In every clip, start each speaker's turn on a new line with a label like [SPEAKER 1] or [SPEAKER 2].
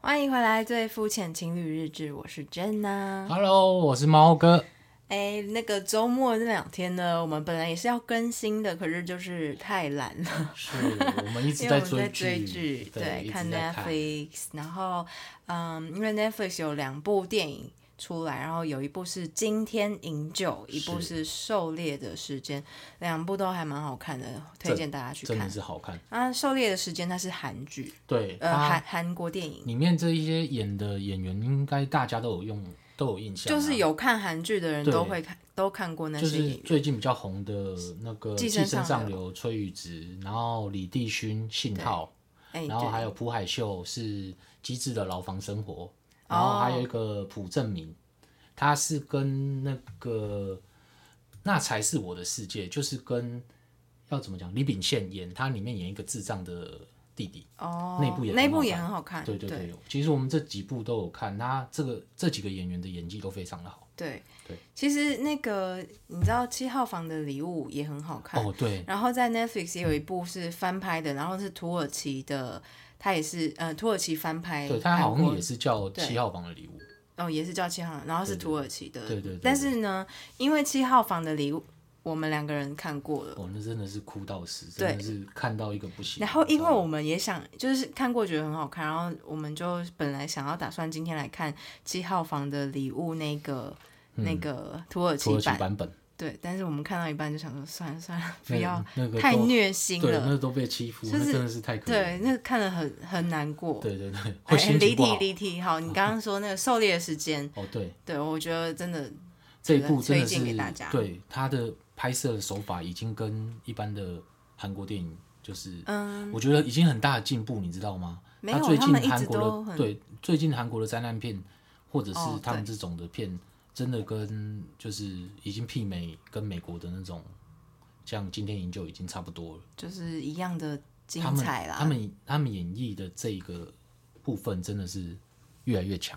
[SPEAKER 1] 欢迎回来，《最肤浅情侣日志》，我是 Jenna。
[SPEAKER 2] Hello，我是猫哥。
[SPEAKER 1] 哎，那个周末那两天呢，我们本来也是要更新的，可是就是太懒了，
[SPEAKER 2] 是我们一直
[SPEAKER 1] 因为我们
[SPEAKER 2] 追
[SPEAKER 1] 在追剧，
[SPEAKER 2] 对，一直
[SPEAKER 1] 看
[SPEAKER 2] 在
[SPEAKER 1] Netflix，然后嗯，因为 Netflix 有两部电影出来，然后有一部是《惊天营救》，一部是《狩猎的时间》，两部都还蛮好看的，推荐大家去
[SPEAKER 2] 真
[SPEAKER 1] 看
[SPEAKER 2] 的。是好看。
[SPEAKER 1] 啊，《狩猎的时间》它是韩剧，
[SPEAKER 2] 对，
[SPEAKER 1] 呃，
[SPEAKER 2] 它
[SPEAKER 1] 韩韩国电影。
[SPEAKER 2] 里面这一些演的演员，应该大家都有用，都有印象啊、
[SPEAKER 1] 就是有看韩剧的人
[SPEAKER 2] 对
[SPEAKER 1] 都会看，都看过那
[SPEAKER 2] 就
[SPEAKER 1] 些
[SPEAKER 2] 是
[SPEAKER 1] 演员。
[SPEAKER 2] 最近比较红的那个《
[SPEAKER 1] 寄
[SPEAKER 2] 寄
[SPEAKER 1] 生
[SPEAKER 2] 生
[SPEAKER 1] 上流
[SPEAKER 2] 上流》崔宇植，然后李帝勋、信浩，
[SPEAKER 1] 哎、
[SPEAKER 2] 然后
[SPEAKER 1] 对
[SPEAKER 2] 还有朴海秀是《机智的牢房生活》，然
[SPEAKER 1] 哦
[SPEAKER 2] 后还有一个朴正明，他是跟那个那才是我的世界，就是跟要怎么讲，李秉宪演，他里面演一个智障的弟弟。
[SPEAKER 1] 哦，
[SPEAKER 2] 内部也很
[SPEAKER 1] 内
[SPEAKER 2] 好
[SPEAKER 1] 部也
[SPEAKER 2] 看
[SPEAKER 1] 很好看，
[SPEAKER 2] 对
[SPEAKER 1] 啊对
[SPEAKER 2] 对对，其实我们这几部都有看，他这个这几个演员的演技都非常的好。
[SPEAKER 1] 对
[SPEAKER 2] 对
[SPEAKER 1] 其实那个你知道七号房的礼物也很好看，
[SPEAKER 2] 哦，对，
[SPEAKER 1] 然后在 Netflix 也有一部是翻拍的，然后是土耳其的，它也是呃土耳其翻拍韩国，
[SPEAKER 2] 对他好像也是叫《
[SPEAKER 1] 对
[SPEAKER 2] 七号房的礼物》。
[SPEAKER 1] 哦也是叫七号房，然后是土耳其的，
[SPEAKER 2] 对对对对
[SPEAKER 1] 但是呢，因为七号房的礼物我们两个人看过了。
[SPEAKER 2] 哦，那真的是哭到死，
[SPEAKER 1] 对
[SPEAKER 2] 真的是看到一个不行。
[SPEAKER 1] 然后，因为我
[SPEAKER 2] 们
[SPEAKER 1] 们也想，就是看过觉得很好看，然后我们就本来想要打算今天来看七号房的礼物那个、那个土耳
[SPEAKER 2] 嗯土
[SPEAKER 1] 其
[SPEAKER 2] 耳其
[SPEAKER 1] 版，
[SPEAKER 2] 版本
[SPEAKER 1] 对。但是我们看到一半就想说，算了算了，不
[SPEAKER 2] 那个
[SPEAKER 1] 要
[SPEAKER 2] 那个
[SPEAKER 1] 太
[SPEAKER 2] 都
[SPEAKER 1] 虐心
[SPEAKER 2] 对，
[SPEAKER 1] 了。
[SPEAKER 2] 那都被欺负，
[SPEAKER 1] 就是
[SPEAKER 2] 那真的是太可怜。
[SPEAKER 1] 对，那个看了很很难过。
[SPEAKER 2] 对对对，
[SPEAKER 1] 哎
[SPEAKER 2] 会心
[SPEAKER 1] 离
[SPEAKER 2] 情不
[SPEAKER 1] 题
[SPEAKER 2] 好。
[SPEAKER 1] 离题，好，你刚刚说那个狩猎的时间，
[SPEAKER 2] 哦，对，
[SPEAKER 1] 对我觉得真的
[SPEAKER 2] 这一部真的
[SPEAKER 1] 推荐给大家
[SPEAKER 2] 是对它的拍摄手法已经跟一般的韩国电影就是，嗯，我觉得已经很大的进步，你知道吗？
[SPEAKER 1] 没有
[SPEAKER 2] 它最
[SPEAKER 1] 他
[SPEAKER 2] 近
[SPEAKER 1] 们一
[SPEAKER 2] 韩
[SPEAKER 1] 直都
[SPEAKER 2] 国
[SPEAKER 1] 很
[SPEAKER 2] 的对最近韩国的灾难片，或者是
[SPEAKER 1] 哦
[SPEAKER 2] 他们这种的片，真的跟就是已经媲美跟美国的那种，像《今天营救》已经差不多了。
[SPEAKER 1] 就是一样的精
[SPEAKER 2] 他们
[SPEAKER 1] 彩啦。
[SPEAKER 2] 他们他们演绎的这一个部分真的是越来越强。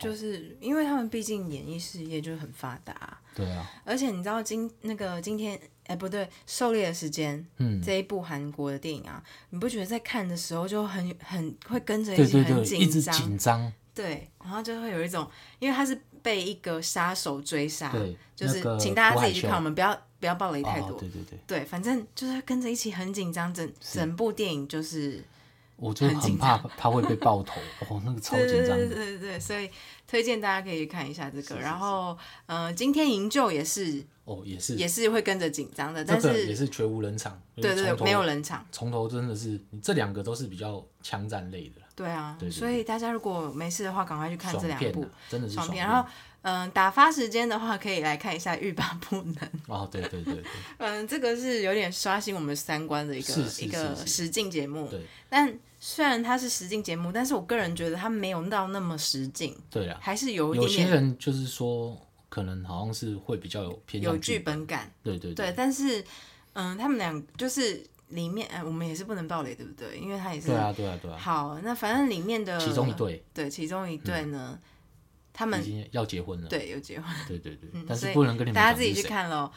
[SPEAKER 1] 就是因为他们毕竟演艺事业就是很发达、
[SPEAKER 2] 对啊，
[SPEAKER 1] 而且你知道今那个今天哎、不对，《狩猎的时间》
[SPEAKER 2] 嗯，
[SPEAKER 1] 这一部韩国的电影啊，你不觉得在看的时候就很很会跟着
[SPEAKER 2] 对
[SPEAKER 1] 一起
[SPEAKER 2] 对
[SPEAKER 1] 很
[SPEAKER 2] 对，一
[SPEAKER 1] 紧
[SPEAKER 2] 直
[SPEAKER 1] 张，
[SPEAKER 2] 紧张，
[SPEAKER 1] 对，然后就会有一种，因为他是被一个杀手追杀，
[SPEAKER 2] 对，
[SPEAKER 1] 啊就是
[SPEAKER 2] 那个
[SPEAKER 1] 请大家自
[SPEAKER 2] 朴海
[SPEAKER 1] 己去看，
[SPEAKER 2] 秀
[SPEAKER 1] 我们不要不要暴雷太
[SPEAKER 2] 哦
[SPEAKER 1] 多。
[SPEAKER 2] 对对对，
[SPEAKER 1] 对，反正就是跟着一起很紧张，整整部电影就是
[SPEAKER 2] 我就
[SPEAKER 1] 很紧
[SPEAKER 2] 很怕他会被爆头，哦，那个超
[SPEAKER 1] 对
[SPEAKER 2] 紧
[SPEAKER 1] 对
[SPEAKER 2] 张
[SPEAKER 1] 对
[SPEAKER 2] 的。
[SPEAKER 1] 对对，所以推荐大家可以看一下这个。然后，呃，今天营救也是
[SPEAKER 2] 哦，也是，
[SPEAKER 1] 也是会跟着紧张的，
[SPEAKER 2] 这
[SPEAKER 1] 但
[SPEAKER 2] 个也
[SPEAKER 1] 是
[SPEAKER 2] 是绝无人场，
[SPEAKER 1] 对
[SPEAKER 2] 就是
[SPEAKER 1] 对
[SPEAKER 2] 从
[SPEAKER 1] 对，
[SPEAKER 2] 头
[SPEAKER 1] 没有人场。
[SPEAKER 2] 从头真的是，你这两个都是比较枪战类的啦，
[SPEAKER 1] 对啊，
[SPEAKER 2] 对对对
[SPEAKER 1] 所以大家如果没事的话，赶快去看这
[SPEAKER 2] 爽
[SPEAKER 1] 两
[SPEAKER 2] 片
[SPEAKER 1] 部
[SPEAKER 2] 啊，真的是
[SPEAKER 1] 爽
[SPEAKER 2] 爽
[SPEAKER 1] 片。然后，嗯、打发时间的话，可以来看一下《欲罢不能》。
[SPEAKER 2] 哦，对对对对
[SPEAKER 1] 嗯，这个是有点刷新我们三观的一个
[SPEAKER 2] 是是是
[SPEAKER 1] 一个
[SPEAKER 2] 是
[SPEAKER 1] 实境节目。
[SPEAKER 2] 对
[SPEAKER 1] 但虽然它是实境节目，但是我个人觉得它没有到那么实境，
[SPEAKER 2] 对啊，
[SPEAKER 1] 还是有一
[SPEAKER 2] 有
[SPEAKER 1] 点
[SPEAKER 2] 些
[SPEAKER 1] 点
[SPEAKER 2] 人就是说，可能好像是会比较有偏
[SPEAKER 1] 有
[SPEAKER 2] 向啊
[SPEAKER 1] 剧，本感。
[SPEAKER 2] 对对
[SPEAKER 1] 对，但是，嗯，他们俩就是里面，哎、我们也是不能暴雷，对不对？因为它也是、
[SPEAKER 2] 对啊对啊对啊，
[SPEAKER 1] 好，那反正里面的
[SPEAKER 2] 其中一对
[SPEAKER 1] 对其中一对呢，他们
[SPEAKER 2] 已经要嗯结婚了，
[SPEAKER 1] 对有结婚，
[SPEAKER 2] 对对对
[SPEAKER 1] 嗯，
[SPEAKER 2] 但
[SPEAKER 1] 所以
[SPEAKER 2] 是不能跟你们
[SPEAKER 1] 大家
[SPEAKER 2] 讲
[SPEAKER 1] 自己
[SPEAKER 2] 是
[SPEAKER 1] 去
[SPEAKER 2] 谁，
[SPEAKER 1] 看喽。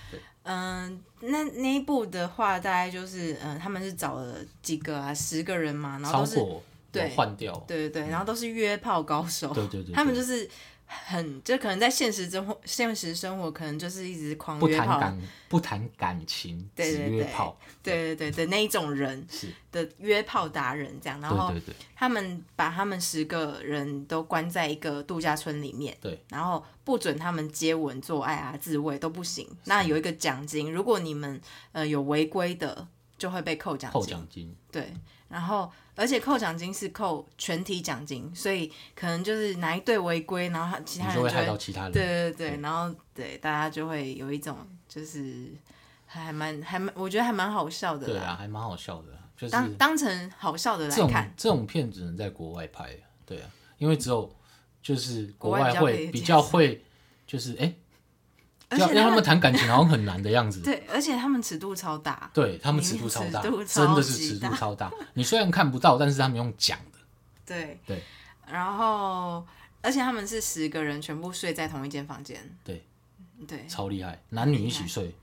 [SPEAKER 1] 嗯，那那一部的话，大概就是嗯，他们是找了几个啊，十个人嘛，然后
[SPEAKER 2] 超
[SPEAKER 1] 都是
[SPEAKER 2] 过
[SPEAKER 1] 对
[SPEAKER 2] 有换掉，
[SPEAKER 1] 对对对，然后都是约炮高手，
[SPEAKER 2] 对对 对，
[SPEAKER 1] 他们
[SPEAKER 2] 对
[SPEAKER 1] 就是很就可能在现实生活，现实生活可能就是一直狂
[SPEAKER 2] 不
[SPEAKER 1] 约
[SPEAKER 2] 谈
[SPEAKER 1] 炮，
[SPEAKER 2] 感不谈感情，
[SPEAKER 1] 对
[SPEAKER 2] 只
[SPEAKER 1] 对
[SPEAKER 2] 约
[SPEAKER 1] 对
[SPEAKER 2] 炮，
[SPEAKER 1] 对对对的那一种人
[SPEAKER 2] 是，
[SPEAKER 1] 的约炮达人这样，然后
[SPEAKER 2] 对对对，
[SPEAKER 1] 他们把他们十个人都关在一个度假村里面，
[SPEAKER 2] 对，
[SPEAKER 1] 然后不准他们接吻、做爱啊、自慰都不行。那有一个奖金，如果你们呃有违规的，就会被扣奖
[SPEAKER 2] 扣
[SPEAKER 1] 金。
[SPEAKER 2] 奖金，
[SPEAKER 1] 对，然后而且扣奖金是扣全体奖金，所以可能就是哪一队违规，然后他其
[SPEAKER 2] 你
[SPEAKER 1] 他人
[SPEAKER 2] 就
[SPEAKER 1] 就
[SPEAKER 2] 会
[SPEAKER 1] 会
[SPEAKER 2] 害到其他嗯人，
[SPEAKER 1] 对对对，然后对大家就会有一种就是还蛮还蛮，我觉得还蛮好笑的
[SPEAKER 2] 对
[SPEAKER 1] 啦，
[SPEAKER 2] 啊，还蛮好笑的啊，就是
[SPEAKER 1] 当当成好笑的来
[SPEAKER 2] 这种
[SPEAKER 1] 看。
[SPEAKER 2] 这种片只能在国外拍，对啊，因为只有就是
[SPEAKER 1] 国
[SPEAKER 2] 国
[SPEAKER 1] 外
[SPEAKER 2] 外
[SPEAKER 1] 比较可以
[SPEAKER 2] 会比较会，就是哎，
[SPEAKER 1] 而且
[SPEAKER 2] 要
[SPEAKER 1] 他
[SPEAKER 2] 让他
[SPEAKER 1] 们
[SPEAKER 2] 们谈感情好像很难的样子，
[SPEAKER 1] 对，而且他们尺度超大，
[SPEAKER 2] 对他们
[SPEAKER 1] 里
[SPEAKER 2] 尺
[SPEAKER 1] 面
[SPEAKER 2] 度超
[SPEAKER 1] 尺
[SPEAKER 2] 大，
[SPEAKER 1] 度
[SPEAKER 2] 真
[SPEAKER 1] 超
[SPEAKER 2] 的是
[SPEAKER 1] 级
[SPEAKER 2] 尺度
[SPEAKER 1] 大
[SPEAKER 2] 超大，你虽然看不到，但是他们用讲的，
[SPEAKER 1] 对
[SPEAKER 2] 对，
[SPEAKER 1] 然后而且他们是十个人全部睡在同一间房间，
[SPEAKER 2] 对
[SPEAKER 1] 对，
[SPEAKER 2] 超厉害，男女一起睡。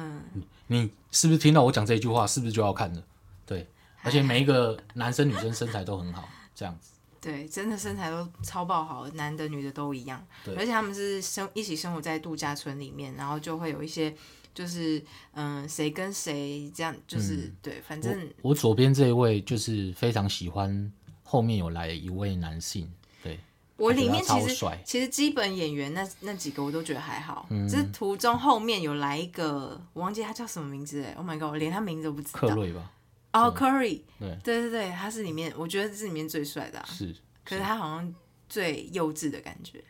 [SPEAKER 1] 嗯，
[SPEAKER 2] 你是不是听到我讲这一句话，是不是就要看了？对，而且每一个男生女生身材都很好，这样子。
[SPEAKER 1] 对，真的身材都超爆好，男的女的都一样。
[SPEAKER 2] 对
[SPEAKER 1] 而且他们是生一起生活在度假村里面，然后就会有一些就是嗯，谁跟谁这样，就是、对，反正
[SPEAKER 2] 嗯我左边这一位就是非常喜欢，后面有来一位男性，对，
[SPEAKER 1] 我里面
[SPEAKER 2] 觉得
[SPEAKER 1] 其
[SPEAKER 2] 他超
[SPEAKER 1] 实
[SPEAKER 2] 帅，
[SPEAKER 1] 其实基本演员那那几个我都觉得还好，
[SPEAKER 2] 嗯
[SPEAKER 1] 只是途中后面有来一个，我忘记他叫什么名字哎，Oh my god，我连他名字都不知
[SPEAKER 2] 克
[SPEAKER 1] 道。
[SPEAKER 2] 瑞吧，
[SPEAKER 1] 哦、c u r r y
[SPEAKER 2] 对
[SPEAKER 1] 对对对，他是里面我觉得是里面最帅的啊、
[SPEAKER 2] 是，
[SPEAKER 1] 可是他好像最幼稚的感觉，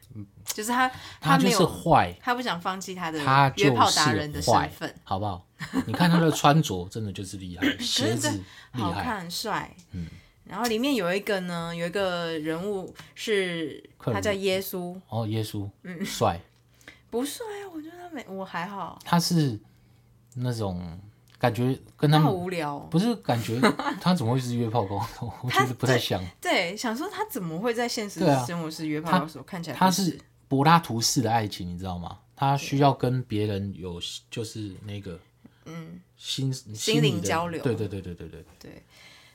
[SPEAKER 1] 就是他
[SPEAKER 2] 他嗯就
[SPEAKER 1] 没有
[SPEAKER 2] 是坏，
[SPEAKER 1] 他不想放弃他的
[SPEAKER 2] 他就
[SPEAKER 1] 约炮达人的
[SPEAKER 2] 是坏
[SPEAKER 1] 身份，，
[SPEAKER 2] 好不好？你看他的穿着真的就 是厉害，鞋子厉
[SPEAKER 1] 好
[SPEAKER 2] 害，嗯
[SPEAKER 1] 看帅。然后里面有一个呢，有一个人物是
[SPEAKER 2] 克
[SPEAKER 1] 他
[SPEAKER 2] 鲁
[SPEAKER 1] 叫耶稣，
[SPEAKER 2] 哦，耶稣
[SPEAKER 1] 嗯
[SPEAKER 2] 帅，
[SPEAKER 1] 不帅啊，我觉得他没我还好，
[SPEAKER 2] 他是那种感觉跟
[SPEAKER 1] 他
[SPEAKER 2] 他
[SPEAKER 1] 好
[SPEAKER 2] 们
[SPEAKER 1] 无聊哦、
[SPEAKER 2] 不是感觉他怎么会是约炮高手？ 我觉得不太像，
[SPEAKER 1] 对，想说他怎么会在现实
[SPEAKER 2] 对啊
[SPEAKER 1] 生活是约炮高手？看起来
[SPEAKER 2] 他
[SPEAKER 1] 不
[SPEAKER 2] 是柏拉图式的爱情，你知道吗？他需要跟别人有就是那个嗯心心理
[SPEAKER 1] 灵
[SPEAKER 2] 的
[SPEAKER 1] 交流
[SPEAKER 2] 对对对对对对，
[SPEAKER 1] 对。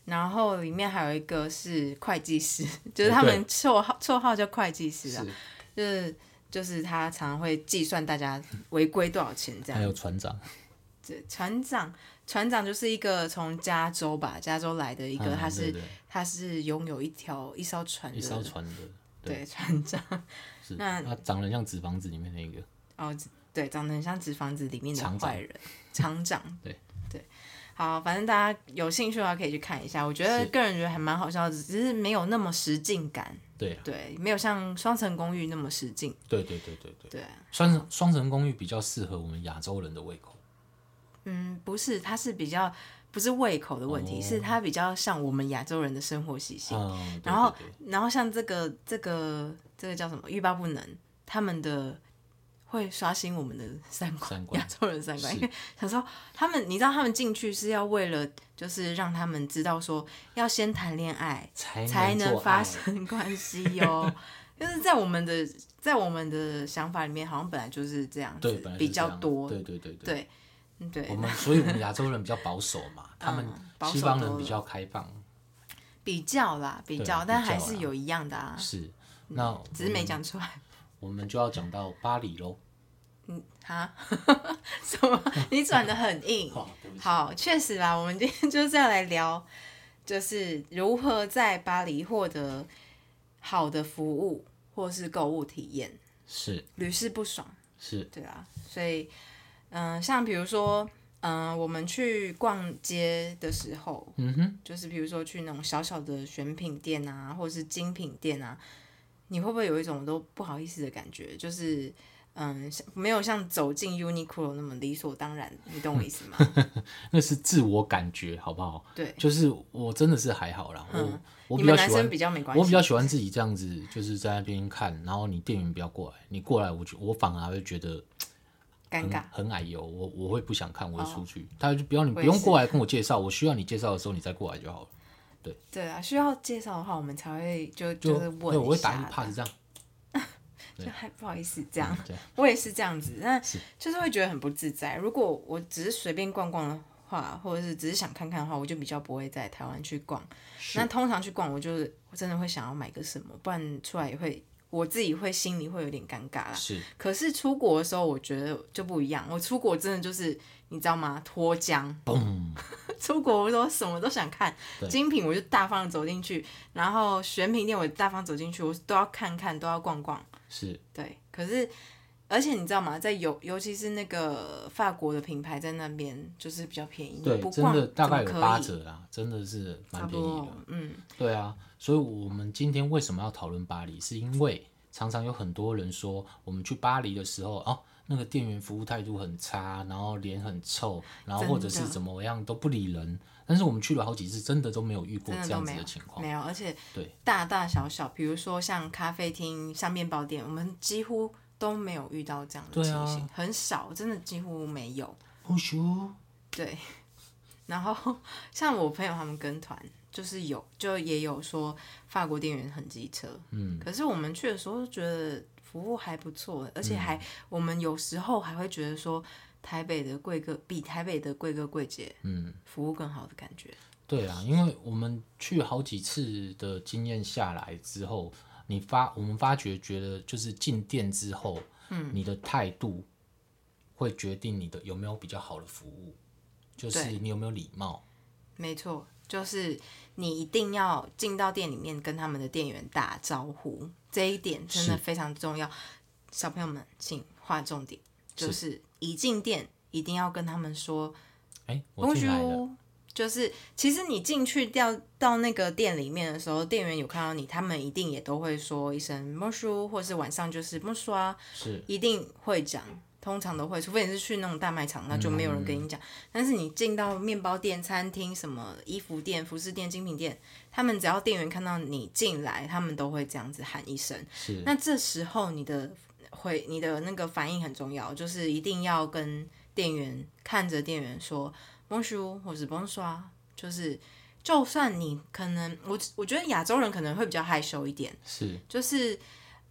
[SPEAKER 1] 然后里面还有一个是会计师， 就是他
[SPEAKER 2] 哎对
[SPEAKER 1] 们绰号绰号叫会计师啊
[SPEAKER 2] 是，
[SPEAKER 1] 就是就是他常常会计算大家违规多少钱这样
[SPEAKER 2] 啊还。有船长，
[SPEAKER 1] 对，船长，船长就是一个从加州吧，加州来的一个，
[SPEAKER 2] 嗯
[SPEAKER 1] 他是
[SPEAKER 2] 对对
[SPEAKER 1] 他是拥有一条一艘船的，
[SPEAKER 2] 一艘船的，对
[SPEAKER 1] 对，船长，
[SPEAKER 2] 是
[SPEAKER 1] 那
[SPEAKER 2] 他长得像纸房子里面那个，
[SPEAKER 1] 哦，对，长得很像《纸房子》里面的
[SPEAKER 2] 厂长
[SPEAKER 1] 坏人，厂长，
[SPEAKER 2] 对
[SPEAKER 1] 对，好，反正大家有兴趣的话可以去看一下，我觉得
[SPEAKER 2] 是
[SPEAKER 1] 个人觉得还蛮好笑的，只是没有那么实境感，
[SPEAKER 2] 对啊
[SPEAKER 1] 对，没有像《双层公寓》那么实境，
[SPEAKER 2] 对对对对对，
[SPEAKER 1] 嗯对啊，
[SPEAKER 2] 双双层公寓比较适合我们亚洲人的胃口，
[SPEAKER 1] 嗯，不是，它是比较不是胃口的问题，
[SPEAKER 2] 哦
[SPEAKER 1] 是它比较像我们亚洲人的生活习性。
[SPEAKER 2] 嗯，对
[SPEAKER 1] 然后
[SPEAKER 2] 对对
[SPEAKER 1] 然后像这个这个这个叫什么欲罢不能，他们的会刷新我们的三观，
[SPEAKER 2] 三观
[SPEAKER 1] 亚洲人三观，
[SPEAKER 2] 是
[SPEAKER 1] 因为想说他们，你知道他们进去是要为了就是让他们知道说要先谈恋爱
[SPEAKER 2] 才
[SPEAKER 1] 才能
[SPEAKER 2] 做
[SPEAKER 1] 发
[SPEAKER 2] 爱
[SPEAKER 1] 生关系哟、 就是在我们的在我们的想法里面，好像本来就是这样
[SPEAKER 2] 对
[SPEAKER 1] 子
[SPEAKER 2] 本来是
[SPEAKER 1] 比
[SPEAKER 2] 这
[SPEAKER 1] 较
[SPEAKER 2] 样
[SPEAKER 1] 多，
[SPEAKER 2] 对对对对，
[SPEAKER 1] 对嗯对嗯
[SPEAKER 2] 我，们所以我们亚洲人比较保守 嘛，他们
[SPEAKER 1] 保守
[SPEAKER 2] 西方
[SPEAKER 1] 多
[SPEAKER 2] 人比
[SPEAKER 1] 了
[SPEAKER 2] 较开放，
[SPEAKER 1] 比较啦，比
[SPEAKER 2] 对啊
[SPEAKER 1] 较，
[SPEAKER 2] 比
[SPEAKER 1] 但还
[SPEAKER 2] 较
[SPEAKER 1] 是
[SPEAKER 2] 啦
[SPEAKER 1] 有一样的啊，
[SPEAKER 2] 是那
[SPEAKER 1] 只是没讲出来。
[SPEAKER 2] 我们就要讲到巴黎喽。
[SPEAKER 1] 哈， 什么？你转的很硬。
[SPEAKER 2] 好，对不起
[SPEAKER 1] 好，确实啦，我们今天就是要来聊，就是如何在巴黎获得好的服务或是购物体验，
[SPEAKER 2] 是
[SPEAKER 1] 屡试不爽。
[SPEAKER 2] 是，
[SPEAKER 1] 对啊，所以，嗯、像比如说，嗯、我们去逛街的时候，
[SPEAKER 2] 嗯哼，
[SPEAKER 1] 就是比如说去那种小小的选品店啊，或者是精品店啊，你会不会有一种都不好意思的感觉？就是嗯，像没有像走进 Uniqlo 那么理所当然，你懂我意思吗？
[SPEAKER 2] 那是自我感觉，好不好？
[SPEAKER 1] 对，嗯
[SPEAKER 2] 就是我真的是还好啦，我我
[SPEAKER 1] 你
[SPEAKER 2] 比
[SPEAKER 1] 们
[SPEAKER 2] 较喜
[SPEAKER 1] 男生
[SPEAKER 2] 欢
[SPEAKER 1] 比。较没关系，
[SPEAKER 2] 我比较喜欢自己这样子，就是在那边看，然后你店员不要过来，你过来我就我反而会觉得
[SPEAKER 1] 尴
[SPEAKER 2] 很
[SPEAKER 1] 尬。哦
[SPEAKER 2] 很矮油，我我会不想看，我会出去。他就不要你
[SPEAKER 1] 我
[SPEAKER 2] 不
[SPEAKER 1] 也
[SPEAKER 2] 用
[SPEAKER 1] 是
[SPEAKER 2] 过来跟我介绍，我需要你介绍的时候你再过来就好了。
[SPEAKER 1] 对啊，需要介绍的话，我们才会就
[SPEAKER 2] 就
[SPEAKER 1] 就是
[SPEAKER 2] 对，我
[SPEAKER 1] 问一
[SPEAKER 2] 会打一
[SPEAKER 1] 下
[SPEAKER 2] 个 pass 这样，
[SPEAKER 1] 就还不好意思这样。
[SPEAKER 2] 嗯对，
[SPEAKER 1] 我也是这样子，那就是会觉得很不自在。如果我只是随便逛逛的话，或者是只是想看看的话，我就比较不会在台湾去逛。
[SPEAKER 2] 是
[SPEAKER 1] 那通常去逛，我就是我真的会想要买个什么，不然出来也会我自己会心里会有点尴尬啦。
[SPEAKER 2] 是
[SPEAKER 1] 可是出国的时候，我觉得就不一样。我出国真的就是你知道吗？脱缰， 出国我都什么都想看，
[SPEAKER 2] 对
[SPEAKER 1] 精品我就大方地走进去，然后选品店我大方走进去，我都要看看，都要逛逛。
[SPEAKER 2] 是，
[SPEAKER 1] 对，可是而且你知道吗？在尤尤其是那个法国的品牌在那边就是比较便宜，
[SPEAKER 2] 对
[SPEAKER 1] 你不，
[SPEAKER 2] 真
[SPEAKER 1] 逛
[SPEAKER 2] 的大概有
[SPEAKER 1] 怎么可以
[SPEAKER 2] 八，折啦，真的是
[SPEAKER 1] 差
[SPEAKER 2] 蛮
[SPEAKER 1] 不
[SPEAKER 2] 便宜的
[SPEAKER 1] 多。，嗯，
[SPEAKER 2] 对啊，所以我们今天为什么要讨论巴黎？是因为常常有很多人说，我们去巴黎的时候，哦，那个店员服务态度很差，然后脸很臭，然后或者
[SPEAKER 1] 真的
[SPEAKER 2] 是怎么样都不理人。但是我们去了好几次，真的都没有遇过
[SPEAKER 1] 真的
[SPEAKER 2] 这
[SPEAKER 1] 都
[SPEAKER 2] 样子
[SPEAKER 1] 没有
[SPEAKER 2] 的情况。
[SPEAKER 1] 没有，而且
[SPEAKER 2] 对
[SPEAKER 1] 大大小小，比如说像咖啡厅、像面包店，我们几乎都没有遇到这样的
[SPEAKER 2] 对
[SPEAKER 1] 情
[SPEAKER 2] 啊
[SPEAKER 1] 形，很少，真的几乎没有。
[SPEAKER 2] 不熟，
[SPEAKER 1] 对，然后 像我朋友他们跟团，就是有就也有说法国店员很机车，嗯，可是我们去的时候就觉得服务还不错，欸而且还、我们有时候还会觉得说台北的贵哥比台北的贵哥贵姐，嗯，服务更好的感觉，
[SPEAKER 2] 对啊，因为我们去好几次的经验下来之后，你发我们发觉觉得就是进店之后，嗯，你的态度会决定你的有没有比较好的服务，就是
[SPEAKER 1] 对
[SPEAKER 2] 你有没有礼貌。
[SPEAKER 1] 没错，就是你一定要进到店里面跟他们的店员打招呼，这一点真的
[SPEAKER 2] 是
[SPEAKER 1] 非常重要。小朋友们，请划重点，就是一进店一定要跟他们说
[SPEAKER 2] 哎、
[SPEAKER 1] “
[SPEAKER 2] 我进来了，
[SPEAKER 1] Bonjour”。就是其实你进去掉到那个店里面的时候，店员有看到你，他们一定也都会说一声 “Bonjour”，或是晚上就是“ Bonjour 啊”，
[SPEAKER 2] 是
[SPEAKER 1] 一定会讲，通常都会，除非你是去那种大卖场，那就没有人跟你讲。但是你进到面包店、餐厅、什么衣服店、服饰店、精品店，他们只要店员看到你进来，他们都会这样子喊一声。
[SPEAKER 2] 是
[SPEAKER 1] 那这时候你的回你的那个反应很重要，就是一定要跟店员看着店员说 “bonjour” 或是 “bonsoir”，就是就算你可能我我觉得亚洲人可能会比较害羞一点。
[SPEAKER 2] 是
[SPEAKER 1] 就是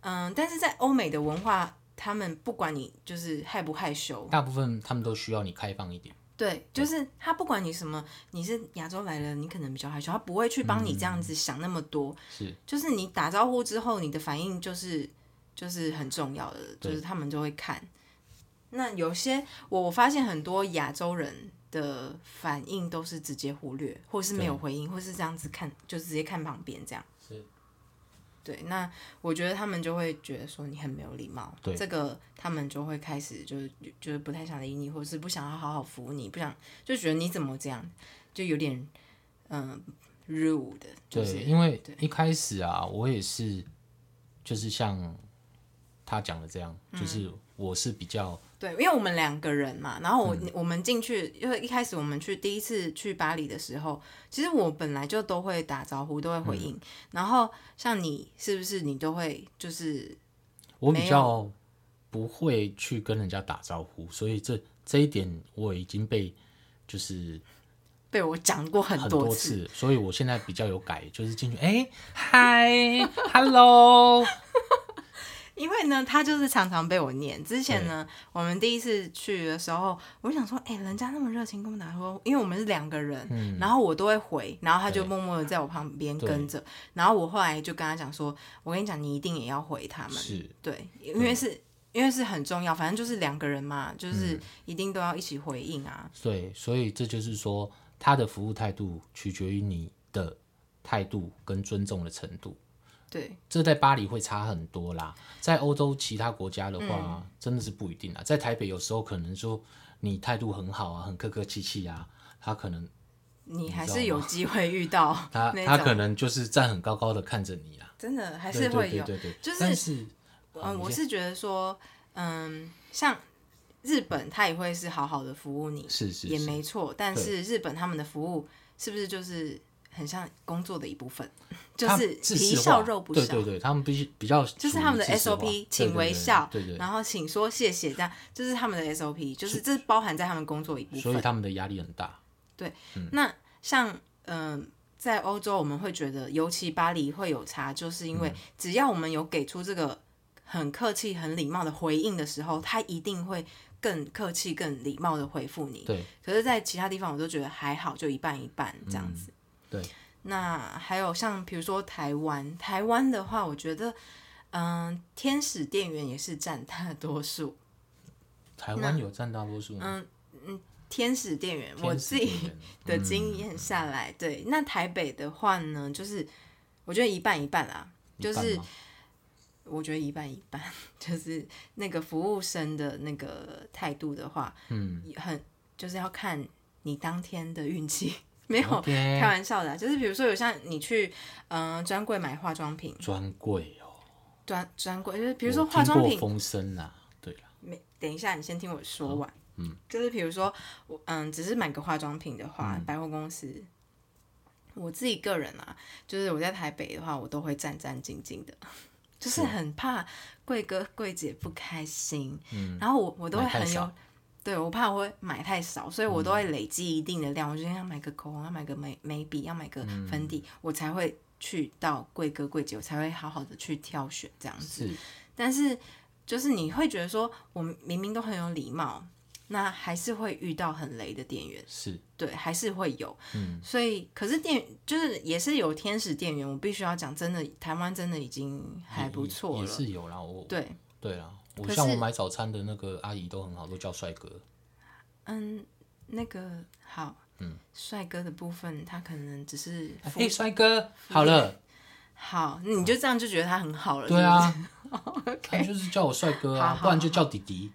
[SPEAKER 1] 嗯，但是在欧美的文化，他们不管你就是害不害羞，
[SPEAKER 2] 大部分他们都需要你开放一点。
[SPEAKER 1] 对，就是他不管你什么，你是亚洲来的，你可能比较害羞，他不会去帮你这样子想那么多。
[SPEAKER 2] 是
[SPEAKER 1] 就是你打招呼之后，你的反应就是就是很重要的，就
[SPEAKER 2] 对
[SPEAKER 1] 是他们就会看。那有些我我发现很多亚洲人的反应都是直接忽略，或是没有回应，或是这样子看，就直接看旁边这样。
[SPEAKER 2] 是。
[SPEAKER 1] 对，那我觉得他们就会觉得说你很没有礼貌，
[SPEAKER 2] 对
[SPEAKER 1] 这个他们就会开始就是就是不太想理你，或是不想要好好服务你，不想就觉得你怎么这样，就有点嗯、rude，就
[SPEAKER 2] 对，
[SPEAKER 1] 是
[SPEAKER 2] 因为一开始啊，我也是，就是像他讲的这样，就是
[SPEAKER 1] 嗯
[SPEAKER 2] 我是比较
[SPEAKER 1] 对，因为我们两个人嘛，然后我、我们进去，因为一开始我们去第一次去巴黎的时候，其实我本来就都会打招呼，都会回应。然后像你是不是你都会就是
[SPEAKER 2] 我
[SPEAKER 1] 没
[SPEAKER 2] 比
[SPEAKER 1] 有
[SPEAKER 2] 较不会去跟人家打招呼，所以这这一点我已经被就是
[SPEAKER 1] 被我讲过很
[SPEAKER 2] 很
[SPEAKER 1] 多
[SPEAKER 2] 多
[SPEAKER 1] 次，
[SPEAKER 2] 次，所以我现在比较有改，就是进去哎嗨 hello，
[SPEAKER 1] 因为呢，他就是常常被我念。之前呢，我们第一次去的时候，我就想说，哎、人家那么热情跟我们打招呼，因为我们是两个人，
[SPEAKER 2] 嗯
[SPEAKER 1] 然后我都会回，然后他就
[SPEAKER 2] 对
[SPEAKER 1] 默默的在我旁边
[SPEAKER 2] 对
[SPEAKER 1] 跟着，然后我后来就跟他讲说，我跟你讲，你一定也要回他们，
[SPEAKER 2] 是
[SPEAKER 1] 对，因为是。因为是很重要，反正就是两个人嘛，
[SPEAKER 2] 嗯
[SPEAKER 1] 就是一定都要一起回应啊。
[SPEAKER 2] 对，所以这就是说他的服务态度取决于你的态度跟尊重的程度。
[SPEAKER 1] 对，
[SPEAKER 2] 这在巴黎会差很多啦，在欧洲其他国家的话，
[SPEAKER 1] 嗯
[SPEAKER 2] 真的是不一定啦。在台北有时候可能说你态度很好啊，很客客气气啊，他可能
[SPEAKER 1] 你还
[SPEAKER 2] 你
[SPEAKER 1] 是
[SPEAKER 2] 知道
[SPEAKER 1] 有
[SPEAKER 2] 吗
[SPEAKER 1] 机会遇到
[SPEAKER 2] 他
[SPEAKER 1] 那
[SPEAKER 2] 他
[SPEAKER 1] 种
[SPEAKER 2] 可能就是站很高高的看着你啦，
[SPEAKER 1] 真的还
[SPEAKER 2] 还
[SPEAKER 1] 是会有。
[SPEAKER 2] 对对对对
[SPEAKER 1] 就是
[SPEAKER 2] 但是好
[SPEAKER 1] 嗯，我
[SPEAKER 2] 哦你
[SPEAKER 1] 是觉得说，嗯，像日本，他也会是好好的服务你，
[SPEAKER 2] 是是
[SPEAKER 1] 也
[SPEAKER 2] 是
[SPEAKER 1] 没错。但
[SPEAKER 2] 对
[SPEAKER 1] 是日本他们的服务是不是就是很像工作的一部分， 就
[SPEAKER 2] 他
[SPEAKER 1] 是
[SPEAKER 2] 自
[SPEAKER 1] 皮
[SPEAKER 2] 私
[SPEAKER 1] 笑
[SPEAKER 2] 化
[SPEAKER 1] 肉不
[SPEAKER 2] 对
[SPEAKER 1] 笑
[SPEAKER 2] 对？对，他们必须比较
[SPEAKER 1] 就是
[SPEAKER 2] 属于
[SPEAKER 1] 他们的
[SPEAKER 2] 自私化
[SPEAKER 1] SOP，
[SPEAKER 2] 对
[SPEAKER 1] 请
[SPEAKER 2] 对
[SPEAKER 1] 微
[SPEAKER 2] 对
[SPEAKER 1] 笑，
[SPEAKER 2] 对对
[SPEAKER 1] 然后请说谢谢，这样就是他们的 SOP，就是这包含在他们工作一部
[SPEAKER 2] 所以
[SPEAKER 1] 分。
[SPEAKER 2] 他们的压力很大。
[SPEAKER 1] 那像嗯、呃在欧洲我们会觉得，尤其巴黎会有差，就是因
[SPEAKER 2] 嗯
[SPEAKER 1] 为只要我们有给出这个很客气、很礼貌的回应的时候，他一定会更客气、更礼貌的回复你。
[SPEAKER 2] 对，
[SPEAKER 1] 可是，在其他地方我都觉得还好，就一半一半这样
[SPEAKER 2] 嗯
[SPEAKER 1] 子。
[SPEAKER 2] 对，
[SPEAKER 1] 那还有像比如说台湾，台湾的话，我觉得。嗯，天使店员也是占大多数。
[SPEAKER 2] 台湾有占大多数吗，
[SPEAKER 1] 天使店员，嗯我
[SPEAKER 2] 天使
[SPEAKER 1] 自
[SPEAKER 2] 嗯
[SPEAKER 1] 己
[SPEAKER 2] 店员
[SPEAKER 1] 的经验下来，对，那台北的话呢，就是我觉得一半一半啦，
[SPEAKER 2] 一
[SPEAKER 1] 就
[SPEAKER 2] 半
[SPEAKER 1] 是
[SPEAKER 2] 吗
[SPEAKER 1] 我觉得一半一半， 就是那个服务生的那个态度的话，嗯，很就是要看你当天的运气， 没有
[SPEAKER 2] OK
[SPEAKER 1] 开玩笑的啊、就是比如说有像你去嗯、呃专柜买化妆品，
[SPEAKER 2] 专柜哦，
[SPEAKER 1] 专专柜就是比如说
[SPEAKER 2] 我
[SPEAKER 1] 化
[SPEAKER 2] 听
[SPEAKER 1] 妆
[SPEAKER 2] 过
[SPEAKER 1] 品，
[SPEAKER 2] 风声啊啦，对啦，
[SPEAKER 1] 没，等一下，你先听我说完。嗯，就是比如说，我嗯，只是买个化妆品的话，百货公司，我自己个人啊，就是我在台北的话，我都会战战兢兢的， 就是很怕贵哥贵姐不开心。嗯，然后我我都会
[SPEAKER 2] 买太
[SPEAKER 1] 很有
[SPEAKER 2] 少，
[SPEAKER 1] 对我怕我会买太少，所以我都会累积一定的量。我就要买个口红，要买个眉眉笔，要买个粉底，我才会去到贵哥贵姐，我才会好好的去挑选这样子。
[SPEAKER 2] 是
[SPEAKER 1] 但是就是你会觉得说，我明明都很有礼貌，那还是会遇到很雷的店员，
[SPEAKER 2] 是
[SPEAKER 1] 对，还是会有。嗯，所以可是店就是也是有天使店员，我必须要讲，真的台湾真的已经还不错
[SPEAKER 2] 也
[SPEAKER 1] 了。
[SPEAKER 2] 是有啦，我
[SPEAKER 1] 对，
[SPEAKER 2] 对啦，我
[SPEAKER 1] 可是
[SPEAKER 2] 像我买早餐的那个阿姨都很好，都叫帅哥，
[SPEAKER 1] 嗯，那个好，嗯，帅哥的部分他可能只是服
[SPEAKER 2] 哎，帅哥，好了，
[SPEAKER 1] 好，你就这样就觉得他很好了。
[SPEAKER 2] 对
[SPEAKER 1] 是
[SPEAKER 2] 啊，他就是叫我帅哥
[SPEAKER 1] 好
[SPEAKER 2] 啊，
[SPEAKER 1] 好
[SPEAKER 2] 不然就叫弟弟，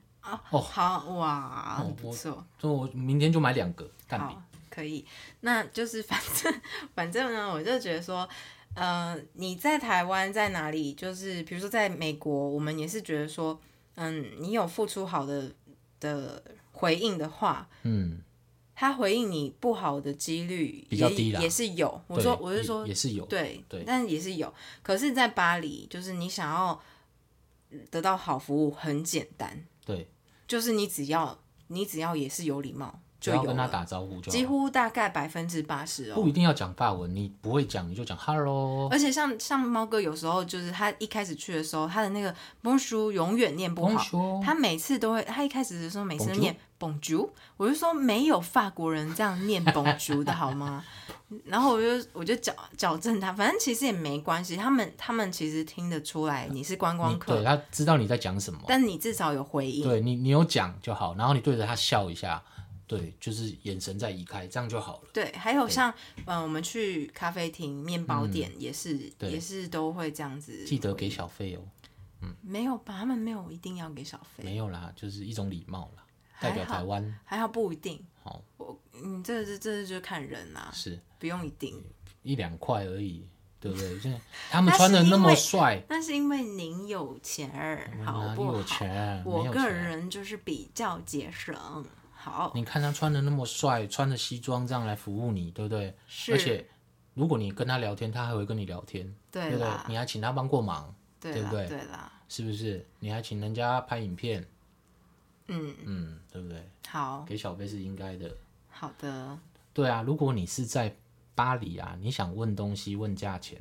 [SPEAKER 1] 不是，好哇，很不错。
[SPEAKER 2] 所以哦我明天就买两个蛋饼，
[SPEAKER 1] 好，可以。 那就是反正反正呢，我就觉得说，呃，你在台湾在哪里？就是比如说在美国，我们也是觉得说，嗯，你有付出好的的回应的话，
[SPEAKER 2] 嗯，
[SPEAKER 1] 他回应你不好的几率
[SPEAKER 2] 比较
[SPEAKER 1] 也
[SPEAKER 2] 低啦
[SPEAKER 1] 也是有。我
[SPEAKER 2] 对
[SPEAKER 1] 说，我是
[SPEAKER 2] 也
[SPEAKER 1] 说
[SPEAKER 2] 也是有，
[SPEAKER 1] 对，
[SPEAKER 2] 对
[SPEAKER 1] 但也是有。可是，在巴黎，就是你想要得到好服务很简单，
[SPEAKER 2] 对，
[SPEAKER 1] 就是你只要你只要也是有礼貌
[SPEAKER 2] 只
[SPEAKER 1] 就
[SPEAKER 2] 要
[SPEAKER 1] 有
[SPEAKER 2] 跟他
[SPEAKER 1] 了，
[SPEAKER 2] 打招呼就
[SPEAKER 1] 几
[SPEAKER 2] 好，
[SPEAKER 1] 乎大概百分之八十哦。
[SPEAKER 2] 不一定要讲法文，你不会讲你就讲 hello，
[SPEAKER 1] 而且像像猫哥有时候就是他一开始去的时候，他的那个 Bonjour 永远念不好。
[SPEAKER 2] 说，
[SPEAKER 1] 他每次都会，他一开始的时候每次都
[SPEAKER 2] Bonjour
[SPEAKER 1] 念 Bonjour，我就说没有法国人这样念 Bonjour 的好吗？ 然后我就我就矫矫正他，反正其实也没关系，他们他们其实听得出来你是观光
[SPEAKER 2] 你对
[SPEAKER 1] 客，
[SPEAKER 2] 他知道你在讲什么，
[SPEAKER 1] 但你至少有回应。
[SPEAKER 2] 对你你有讲就好，然后你对着他笑一下，对，就是眼神再移开，这样就好了。
[SPEAKER 1] 对，还有像嗯、呃我们去咖啡厅、面包店也是，
[SPEAKER 2] 嗯对
[SPEAKER 1] 也是都会这样子。
[SPEAKER 2] 记得给小费哦，
[SPEAKER 1] 没有吧？他们没有一定要给小费。
[SPEAKER 2] 没有啦，就是一种礼貌啦，
[SPEAKER 1] 还
[SPEAKER 2] 代
[SPEAKER 1] 好
[SPEAKER 2] 表台湾
[SPEAKER 1] 还好不一定。
[SPEAKER 2] 好，
[SPEAKER 1] 我嗯，这这这就看人啦、
[SPEAKER 2] 是
[SPEAKER 1] 不用一定。
[SPEAKER 2] 一两块而已，对不 对？现在他们穿的那么帅，
[SPEAKER 1] 那是因为您有钱儿，好
[SPEAKER 2] 哪里
[SPEAKER 1] 不
[SPEAKER 2] 有
[SPEAKER 1] 好？
[SPEAKER 2] 钱？没
[SPEAKER 1] 我
[SPEAKER 2] 有
[SPEAKER 1] 个
[SPEAKER 2] 钱。
[SPEAKER 1] 人就是比较节省。好，
[SPEAKER 2] 你看他穿的那么帅，穿着西装这样来服务你，对不对？
[SPEAKER 1] 是，
[SPEAKER 2] 而且如果你跟他聊天，他还会跟你聊天，
[SPEAKER 1] 对
[SPEAKER 2] 对不对
[SPEAKER 1] 啦？，
[SPEAKER 2] 你还请他帮过忙，
[SPEAKER 1] 对
[SPEAKER 2] 对
[SPEAKER 1] 啦，
[SPEAKER 2] 不对
[SPEAKER 1] 对啦，
[SPEAKER 2] 是不是？你还请人家拍影片，
[SPEAKER 1] 嗯，
[SPEAKER 2] 嗯，对不对？
[SPEAKER 1] 好，
[SPEAKER 2] 给小费是应该的。
[SPEAKER 1] 好的，
[SPEAKER 2] 对啊，如果你是在巴黎啊，你想问东西问价钱，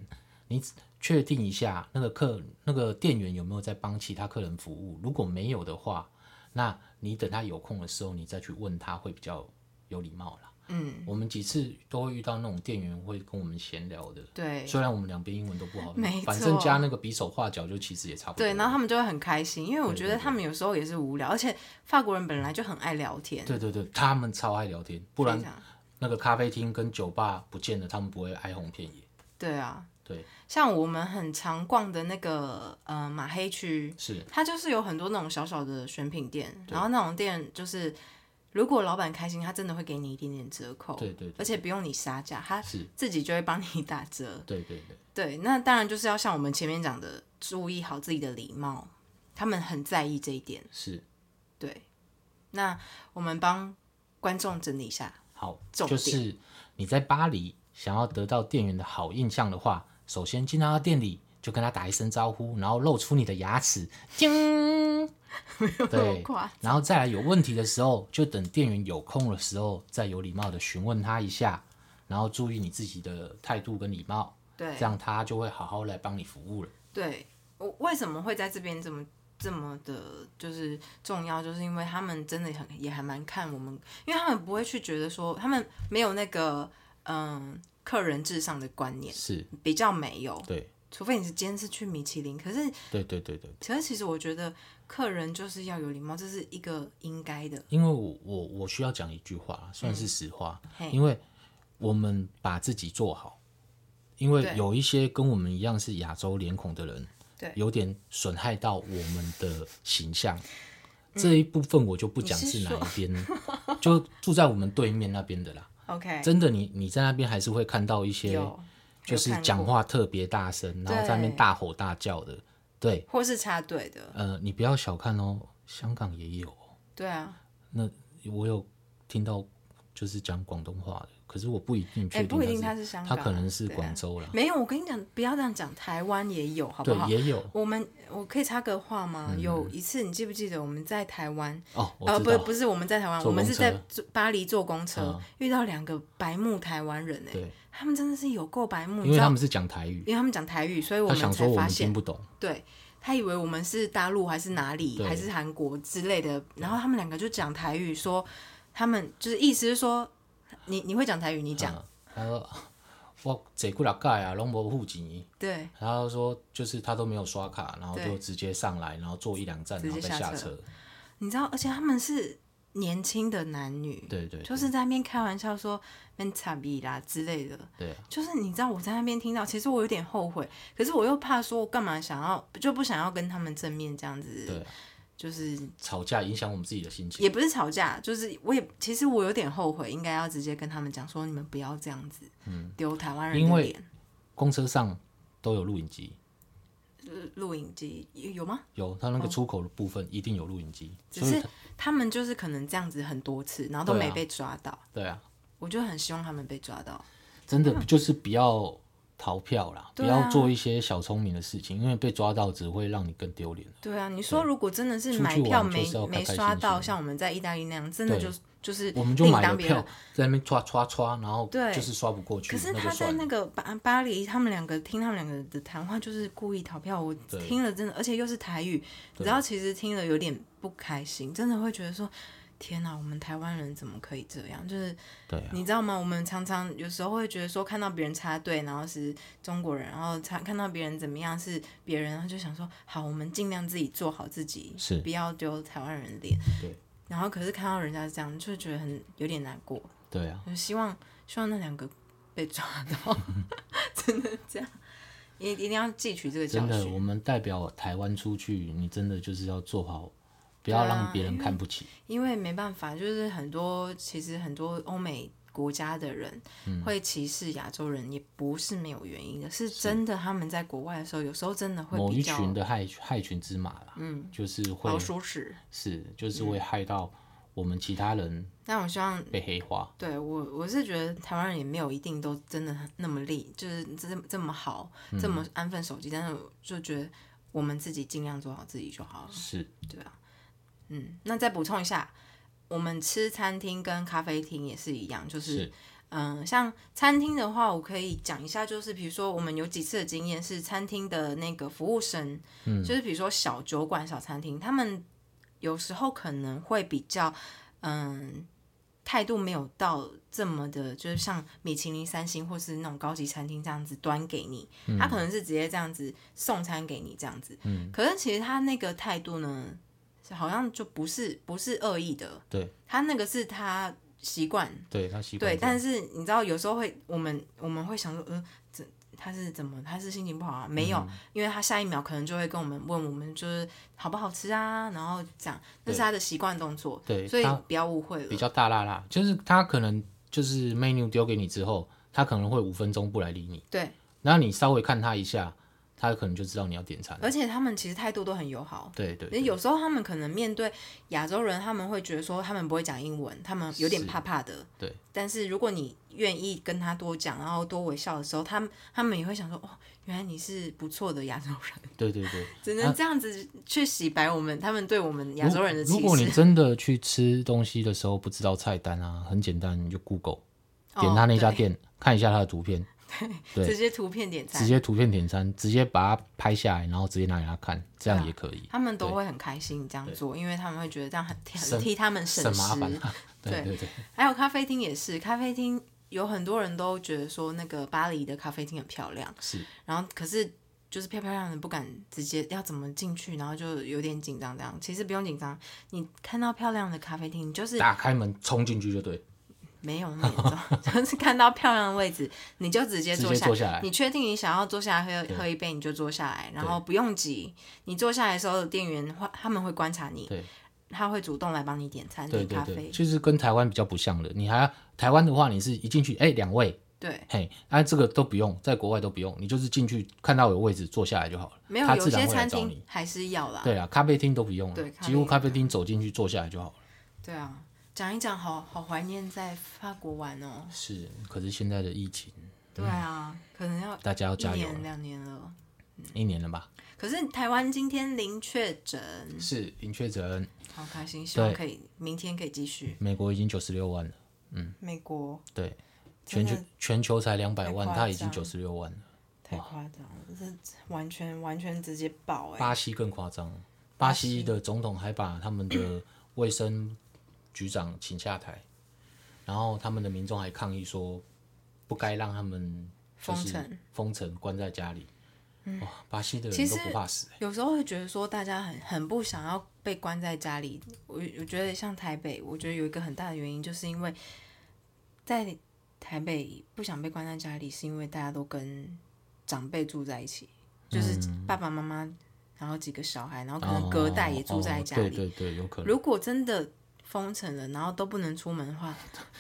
[SPEAKER 2] 你确定一下那个客那个店员有没有在帮其他客人服务。如果没有的话，那你等他有空的时候，你再去问他会比较有礼貌啦。
[SPEAKER 1] 嗯，
[SPEAKER 2] 我们几次都会遇到那种店员会跟我们闲聊的，
[SPEAKER 1] 对
[SPEAKER 2] 虽然我们两边英文都不好
[SPEAKER 1] 没，
[SPEAKER 2] 反
[SPEAKER 1] 错
[SPEAKER 2] 正加那个比手画脚就其实也差不多。
[SPEAKER 1] 对，然后他们就会很开心，因为我
[SPEAKER 2] 对
[SPEAKER 1] 觉
[SPEAKER 2] 对
[SPEAKER 1] 得他们有时候也是无聊，而且法国人本来就很爱聊天，
[SPEAKER 2] 对对对，他们超爱聊天，不然
[SPEAKER 1] 非常
[SPEAKER 2] 那个咖啡厅跟酒吧不见了，他们不会哀鸿遍野。
[SPEAKER 1] 对啊，
[SPEAKER 2] 对，
[SPEAKER 1] 像我们很常逛的那个呃马黑区，
[SPEAKER 2] 是
[SPEAKER 1] 它就是有很多那种小小的选品店，然后那种店就是，如果老板开心，他真的会给你一点点折扣，
[SPEAKER 2] 对对对
[SPEAKER 1] 而且不用你杀价，他
[SPEAKER 2] 是，
[SPEAKER 1] 自己就会帮你打折。
[SPEAKER 2] 对对对。
[SPEAKER 1] 对，那当然就是要像我们前面讲的，注意好自己的礼貌，他们很在意这一点。
[SPEAKER 2] 是，
[SPEAKER 1] 对，那我们帮观众整理一下，
[SPEAKER 2] 好，
[SPEAKER 1] 重
[SPEAKER 2] 就
[SPEAKER 1] 点
[SPEAKER 2] 是你在巴黎想要得到店员的好印象的话，首先进到他店里就跟他打一声招呼，然后露出你的牙 齿，叮，对
[SPEAKER 1] 夸，
[SPEAKER 2] 然后再来有问题的时候，就等店员有空的时候，再有礼貌的询问他一下，然后注意你自己的态度跟礼貌，
[SPEAKER 1] 对
[SPEAKER 2] 这样他就会好好来帮你服务了。
[SPEAKER 1] 对，我为什么会在这边这么这么的，就是重要，就是因为他们真的很也还蛮看我们，因为他们不会去觉得说他们没有那个嗯客人至上的观念，
[SPEAKER 2] 是，
[SPEAKER 1] 比较没有，
[SPEAKER 2] 对，
[SPEAKER 1] 除非你是今天是去米其林，可是
[SPEAKER 2] 对对对对。
[SPEAKER 1] 可是其实我觉得客人就是要有礼貌，这是一个应该的，
[SPEAKER 2] 因为我我我需要讲一句话，算
[SPEAKER 1] 嗯
[SPEAKER 2] 是实话，
[SPEAKER 1] 嘿
[SPEAKER 2] 因为我们把自己做好，因为
[SPEAKER 1] 对
[SPEAKER 2] 有一些跟我们一样是亚洲脸孔的人，
[SPEAKER 1] 对
[SPEAKER 2] 有点损害到我们的形象。这一部分我就不讲
[SPEAKER 1] 嗯你是
[SPEAKER 2] 是哪一边， 就住在我们对面那边的啦。
[SPEAKER 1] ，OK，
[SPEAKER 2] 真的你，你在那边还是会看到一些，
[SPEAKER 1] 有
[SPEAKER 2] 就是
[SPEAKER 1] 看过
[SPEAKER 2] 讲话特别大声，然后在那边
[SPEAKER 1] 对
[SPEAKER 2] 大吼大叫的。对，
[SPEAKER 1] 或是插队的，
[SPEAKER 2] 呃，你不要小看哦，香港也有哦。
[SPEAKER 1] 对啊，
[SPEAKER 2] 那我有听到就是讲广东话的，可是我不一定
[SPEAKER 1] 哎、
[SPEAKER 2] 确定
[SPEAKER 1] 不一定
[SPEAKER 2] 是
[SPEAKER 1] 他是香
[SPEAKER 2] 他
[SPEAKER 1] 港，
[SPEAKER 2] 可能是
[SPEAKER 1] 对啊
[SPEAKER 2] 广州啦，
[SPEAKER 1] 没有，我跟你讲，不要这样讲，台湾也有，好不
[SPEAKER 2] 对
[SPEAKER 1] 好？
[SPEAKER 2] 也有
[SPEAKER 1] 我们我可以插个话吗？有一次你记不记得我们在台湾？
[SPEAKER 2] 哦，嗯我
[SPEAKER 1] 呃，
[SPEAKER 2] 知
[SPEAKER 1] 不是
[SPEAKER 2] 道，
[SPEAKER 1] 不是我们在台湾，
[SPEAKER 2] 坐
[SPEAKER 1] 我们
[SPEAKER 2] 公
[SPEAKER 1] 是
[SPEAKER 2] 车
[SPEAKER 1] 在坐巴黎坐公车、
[SPEAKER 2] 嗯
[SPEAKER 1] 遇到两个白目台湾人哎、
[SPEAKER 2] 对，
[SPEAKER 1] 他们真的是有够白目，你知
[SPEAKER 2] 因为
[SPEAKER 1] 道
[SPEAKER 2] 他们是讲台语，
[SPEAKER 1] 因为他们讲台语，所以我
[SPEAKER 2] 他
[SPEAKER 1] 们
[SPEAKER 2] 想说
[SPEAKER 1] 才
[SPEAKER 2] 我
[SPEAKER 1] 发
[SPEAKER 2] 们听
[SPEAKER 1] 现
[SPEAKER 2] 不懂，
[SPEAKER 1] 对。他以为我们是大陆还是哪里
[SPEAKER 2] 对
[SPEAKER 1] 还是韩国之类的，然后他们两个就讲台语说，他们就是意思是说，你你会讲台语，你讲、
[SPEAKER 2] 嗯他说我这几六届啊，拢无付钱。
[SPEAKER 1] 对，
[SPEAKER 2] 然后说就是他都没有刷卡，然后
[SPEAKER 1] 对
[SPEAKER 2] 就直接上来，然后坐一两站，
[SPEAKER 1] 直
[SPEAKER 2] 然
[SPEAKER 1] 接
[SPEAKER 2] 后再
[SPEAKER 1] 下
[SPEAKER 2] 下
[SPEAKER 1] 车
[SPEAKER 2] 车。
[SPEAKER 1] 你知道，而且他们是年轻的男女，
[SPEAKER 2] 对对
[SPEAKER 1] 就是在那边开玩笑说“闷惨逼啦”之类的，
[SPEAKER 2] 对啊，
[SPEAKER 1] 就是你知道我在那边听到，其实我有点后悔，可是我又怕说我干嘛想要就不想要跟他们正面这样
[SPEAKER 2] 对
[SPEAKER 1] 子
[SPEAKER 2] 啊，
[SPEAKER 1] 就是
[SPEAKER 2] 吵架影响我们自己的心情。
[SPEAKER 1] 也不是吵架，就是我也其实我有点后悔，应该要直接跟他们讲说你们不要这样子，丢台湾人
[SPEAKER 2] 嗯因
[SPEAKER 1] 的
[SPEAKER 2] 为
[SPEAKER 1] 脸。
[SPEAKER 2] 公车上都有录影机，
[SPEAKER 1] 呃录影机有有吗？
[SPEAKER 2] 有它那个出口的部分一定有录影机，
[SPEAKER 1] 只
[SPEAKER 2] 所以
[SPEAKER 1] 是
[SPEAKER 2] 它
[SPEAKER 1] 他们就是可能这样子很多次，然后都
[SPEAKER 2] 对啊
[SPEAKER 1] 没被抓到。
[SPEAKER 2] 对啊，
[SPEAKER 1] 我就很希望他们被抓到。
[SPEAKER 2] 真的就是不要逃票啦，不
[SPEAKER 1] 对啊
[SPEAKER 2] 要做一些小聪明的事情，因为被抓到只会让你更丢脸。
[SPEAKER 1] 对啊，你说如果真的是
[SPEAKER 2] 出去
[SPEAKER 1] 买票
[SPEAKER 2] 玩就
[SPEAKER 1] 没
[SPEAKER 2] 是要开
[SPEAKER 1] 没
[SPEAKER 2] 开
[SPEAKER 1] 刷
[SPEAKER 2] 心
[SPEAKER 1] 到，
[SPEAKER 2] 心
[SPEAKER 1] 像我们在意大利那样，真的
[SPEAKER 2] 对
[SPEAKER 1] 就就是
[SPEAKER 2] 我们就
[SPEAKER 1] 另
[SPEAKER 2] 买
[SPEAKER 1] 当
[SPEAKER 2] 了
[SPEAKER 1] 别
[SPEAKER 2] 票
[SPEAKER 1] 人。，
[SPEAKER 2] 在那边刷刷刷，然后
[SPEAKER 1] 对
[SPEAKER 2] 就是刷不过去，
[SPEAKER 1] 可是
[SPEAKER 2] 嗯那
[SPEAKER 1] 他
[SPEAKER 2] 就
[SPEAKER 1] 在
[SPEAKER 2] 算
[SPEAKER 1] 那
[SPEAKER 2] 了。
[SPEAKER 1] 个巴巴黎，他们两个听他们两个的谈话就是故意逃票，我
[SPEAKER 2] 对
[SPEAKER 1] 听了真的，而且又是台语，你知道，其实听了有点不开心，真的会觉得说，天哪，我们台湾人怎么可以这样？就是
[SPEAKER 2] 对啊，
[SPEAKER 1] 你知道吗？我们常常有时候会觉得说，看到别人插队，然后是中国人，然后插看到别人怎么样是别人，然后就想说，好，我们尽量自己做好自己，
[SPEAKER 2] 是
[SPEAKER 1] 不要丢台湾人脸。
[SPEAKER 2] 对。
[SPEAKER 1] 然后可是看到人家这样，就觉得很有点难过，
[SPEAKER 2] 对啊，
[SPEAKER 1] 就希望希望那两个被抓到， 真的这样，一一定要汲取这个教
[SPEAKER 2] 真的，
[SPEAKER 1] 训，
[SPEAKER 2] 我们代表台湾出去，你真的就是要做好，不要
[SPEAKER 1] 啊
[SPEAKER 2] 让别人看不起。
[SPEAKER 1] 因为没办法，就是很多其实很多欧美。国家的人
[SPEAKER 2] 嗯
[SPEAKER 1] 会歧视亚洲人，也不是没有原因的，是真的他们在国外的时候，有时候真的会
[SPEAKER 2] 某
[SPEAKER 1] 比
[SPEAKER 2] 一
[SPEAKER 1] 较
[SPEAKER 2] 群的害害群之马啦，
[SPEAKER 1] 嗯，
[SPEAKER 2] 就是会
[SPEAKER 1] 好舒适。
[SPEAKER 2] 是就是会害到我们其他人
[SPEAKER 1] 但我希望
[SPEAKER 2] 被黑化。
[SPEAKER 1] 对我，我是觉得台湾人也没有一定都真的很那么厉，就是这这么好，这
[SPEAKER 2] 嗯
[SPEAKER 1] 么安分守己。但是我就觉得我们自己尽量做好自己就好了。
[SPEAKER 2] 是，
[SPEAKER 1] 对啊，嗯，那再补充一下，我们吃餐厅跟咖啡厅也是一样，就是
[SPEAKER 2] 是
[SPEAKER 1] 嗯、像餐厅的话，我可以讲一下，就是比如说我们有几次的经验是餐厅的那个服务生，嗯、就是比如说小酒馆、小餐厅，他们有时候可能会比较嗯。态度没有到这么的，就是像米其林三星或是那种高级餐厅这样子端给你，他可能是直接这样子送餐给你这样子。可是其实他那个态度呢，是好像就不是不是恶意的，
[SPEAKER 2] 对
[SPEAKER 1] 他那个是他习惯，
[SPEAKER 2] 对，他习惯
[SPEAKER 1] 对。
[SPEAKER 2] 这样
[SPEAKER 1] 但是你知道，有时候会我们我们会想说，嗯、这他是怎么，他是心情不好啊？没
[SPEAKER 2] 嗯
[SPEAKER 1] 有，因为他下一秒可能就会跟我们问我们就是好不好吃啊，然后这样，那是他的习惯动作，
[SPEAKER 2] 对
[SPEAKER 1] 所以
[SPEAKER 2] 他
[SPEAKER 1] 不要误会
[SPEAKER 2] 比
[SPEAKER 1] 了。
[SPEAKER 2] 较大辣辣，就是他可能就是 menu 丢给你之后，他可能会五分钟不来理你，
[SPEAKER 1] 对，
[SPEAKER 2] 然后你稍微看他一下，他可能就知道你要点餐。
[SPEAKER 1] 而且他们其实态度都很友好，
[SPEAKER 2] 对对
[SPEAKER 1] 因为有时候他们可能面对亚洲人，他们会觉得说他们不会讲英文，他们有点
[SPEAKER 2] 是
[SPEAKER 1] 怕怕的。
[SPEAKER 2] 对。
[SPEAKER 1] 但是如果你愿意跟他多讲，然后多微笑的时候，他们他们也会想说，哦，原来你是不错的亚洲人，
[SPEAKER 2] 对对对，
[SPEAKER 1] 只能这样子去洗白我们、他们对我们亚洲人的
[SPEAKER 2] 如
[SPEAKER 1] 歧
[SPEAKER 2] 果你
[SPEAKER 1] 视。
[SPEAKER 2] 真的去吃东西的时候不知道菜单啊，很简单，你就 Google 点他那家
[SPEAKER 1] 哦
[SPEAKER 2] 店，看一下他的图片，
[SPEAKER 1] 对
[SPEAKER 2] 对
[SPEAKER 1] 直接图片点
[SPEAKER 2] 直
[SPEAKER 1] 餐，
[SPEAKER 2] 接图片点餐，直接把它拍下来，然后直接拿给他看，这
[SPEAKER 1] 对
[SPEAKER 2] 样
[SPEAKER 1] 啊
[SPEAKER 2] 也可以，
[SPEAKER 1] 他们都会很开心这样做，因为他们会觉得这样很替很替他们省
[SPEAKER 2] 省
[SPEAKER 1] 时。
[SPEAKER 2] 麻烦啊。
[SPEAKER 1] 对
[SPEAKER 2] 对对对，
[SPEAKER 1] 还有咖啡厅也是，咖啡厅有很多人都觉得说那个巴黎的咖啡厅很漂亮。
[SPEAKER 2] 是
[SPEAKER 1] 然后可是就是漂漂亮的不敢直接要怎么进去，然后就有点紧张这样。其实不用紧张，你看到漂亮的咖啡厅，你就是
[SPEAKER 2] 打开门冲进去就对，
[SPEAKER 1] 没有那么严重， 就是看到漂亮的位置，你就直接
[SPEAKER 2] 直
[SPEAKER 1] 坐
[SPEAKER 2] 接
[SPEAKER 1] 下。
[SPEAKER 2] 坐下来。
[SPEAKER 1] 你确定你想要坐下来喝喝一杯，你就坐下来，然后不用急。你坐下来的时候，店员会他们会观察你
[SPEAKER 2] 对，
[SPEAKER 1] 他会主动来帮你点餐、
[SPEAKER 2] 对
[SPEAKER 1] 点
[SPEAKER 2] 对
[SPEAKER 1] 咖
[SPEAKER 2] 对，
[SPEAKER 1] 啡。
[SPEAKER 2] 就是跟台湾比较不像的。你还要台湾的话，你是一进去，哎、两位，
[SPEAKER 1] 对，
[SPEAKER 2] 嘿，啊，这个都不用，在国外都不用，你就是进去看到有位置坐下来就好了。
[SPEAKER 1] 没有
[SPEAKER 2] 他
[SPEAKER 1] 有
[SPEAKER 2] 自然
[SPEAKER 1] 些
[SPEAKER 2] 会来
[SPEAKER 1] 餐
[SPEAKER 2] 找
[SPEAKER 1] 厅
[SPEAKER 2] 你。
[SPEAKER 1] 还是要啦。
[SPEAKER 2] 对啊，咖啡厅都不用
[SPEAKER 1] 对
[SPEAKER 2] 了，
[SPEAKER 1] 咖啡
[SPEAKER 2] 几乎咖啡厅走进去坐下来就好了。
[SPEAKER 1] 对啊，讲一讲，好好怀念在法国玩哦。
[SPEAKER 2] 是，可是现在的疫情，
[SPEAKER 1] 对啊，可能要
[SPEAKER 2] 大家要
[SPEAKER 1] 一
[SPEAKER 2] 加油啊
[SPEAKER 1] 年
[SPEAKER 2] 了，
[SPEAKER 1] 两年了。
[SPEAKER 2] 一年了吧？
[SPEAKER 1] 可是台湾今天零确诊，
[SPEAKER 2] 是零确诊，
[SPEAKER 1] 好开心，希望
[SPEAKER 2] 对
[SPEAKER 1] 可以明天可以继续。
[SPEAKER 2] 美国已经九十六万了，
[SPEAKER 1] 美国
[SPEAKER 2] 对，
[SPEAKER 1] 真
[SPEAKER 2] 全
[SPEAKER 1] 的
[SPEAKER 2] 球全球才两百
[SPEAKER 1] 太
[SPEAKER 2] 万，
[SPEAKER 1] 夸
[SPEAKER 2] 他已经
[SPEAKER 1] 张
[SPEAKER 2] 九十六万了，
[SPEAKER 1] 太夸张了，这完全完全直接爆哎、
[SPEAKER 2] 巴西更夸张，巴西的总统还把他们的卫生局长请下台，然后他们的民众还抗议说，不该让他们就是
[SPEAKER 1] 封城嗯
[SPEAKER 2] 封城关在家里。哇，巴西的
[SPEAKER 1] 其
[SPEAKER 2] 人
[SPEAKER 1] 实
[SPEAKER 2] 都不怕死、
[SPEAKER 1] 有时候会觉得说，大家很很不想要被关在家里。我我觉得像台北，我觉得有一个很大的原因，就是因为在台北不想被关在家里，是因为大家都跟长辈住在一起，就是爸爸妈妈，然后几个小孩，然哦后可能隔代也住在家
[SPEAKER 2] 嗯哦哦哦
[SPEAKER 1] 里。
[SPEAKER 2] 对对对，有可能。
[SPEAKER 1] 如果真的封城了，然后都不能出门的话，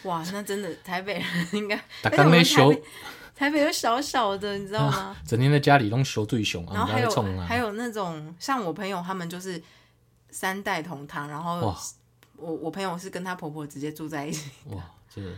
[SPEAKER 1] 哇，那真的台北人 应该，而
[SPEAKER 2] 大
[SPEAKER 1] 且
[SPEAKER 2] 家
[SPEAKER 1] 我们
[SPEAKER 2] 在
[SPEAKER 1] 台
[SPEAKER 2] 修
[SPEAKER 1] 北台北又小小的，你知道吗？
[SPEAKER 2] 整天在家里弄修最熊
[SPEAKER 1] 然后
[SPEAKER 2] 啊，
[SPEAKER 1] 还
[SPEAKER 2] 人
[SPEAKER 1] 有
[SPEAKER 2] 家在冲
[SPEAKER 1] 还
[SPEAKER 2] 啊，
[SPEAKER 1] 有那种像我朋友他们就是三代同堂，然后
[SPEAKER 2] 哇
[SPEAKER 1] 我我朋友是跟她婆婆直接住在一起，
[SPEAKER 2] 哇，这个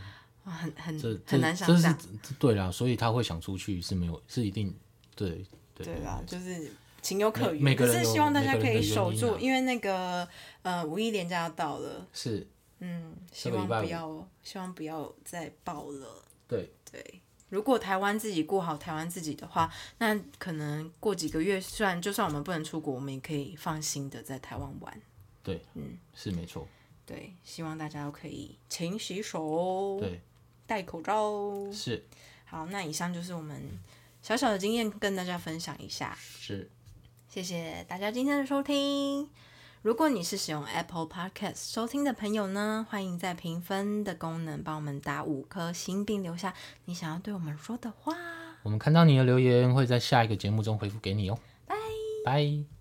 [SPEAKER 1] 哇，很
[SPEAKER 2] 这
[SPEAKER 1] 很很
[SPEAKER 2] 这
[SPEAKER 1] 难
[SPEAKER 2] 这
[SPEAKER 1] 想
[SPEAKER 2] 是
[SPEAKER 1] 象，
[SPEAKER 2] 这对啦，所以他会想出去是没有是一定对对
[SPEAKER 1] 对吧？就是情有可
[SPEAKER 2] 每
[SPEAKER 1] 原，
[SPEAKER 2] 每个
[SPEAKER 1] 可
[SPEAKER 2] 人
[SPEAKER 1] 是
[SPEAKER 2] 有
[SPEAKER 1] 希望大家
[SPEAKER 2] 每个
[SPEAKER 1] 可以
[SPEAKER 2] 人的原
[SPEAKER 1] 守
[SPEAKER 2] 因
[SPEAKER 1] 住，
[SPEAKER 2] 啊
[SPEAKER 1] 因为那个呃五一连假要到了，
[SPEAKER 2] 是
[SPEAKER 1] 嗯，希
[SPEAKER 2] 这个
[SPEAKER 1] 望
[SPEAKER 2] 礼拜
[SPEAKER 1] 不
[SPEAKER 2] 五
[SPEAKER 1] 要希望不要再爆了。
[SPEAKER 2] 对
[SPEAKER 1] 对，如果台湾自己顾好台湾自己的话，那可能过几个月，虽然就算我们不能出国，我们也可以放心的在台湾玩。
[SPEAKER 2] 对，
[SPEAKER 1] 嗯
[SPEAKER 2] 是没错，
[SPEAKER 1] 对，希望大家都可以勤洗手，哦
[SPEAKER 2] 对
[SPEAKER 1] 戴口罩。
[SPEAKER 2] 是
[SPEAKER 1] 好，那以上就是我们小小的经验跟大家分享一下，
[SPEAKER 2] 是
[SPEAKER 1] 谢谢大家今天的收听。如果你是使用 Apple Podcast 收听的朋友呢，欢迎在评分的功能帮我们打五颗星，并留下你想要对我们说的话。
[SPEAKER 2] 我们看到你的留言会在下一个节目中回复给你哦，拜拜。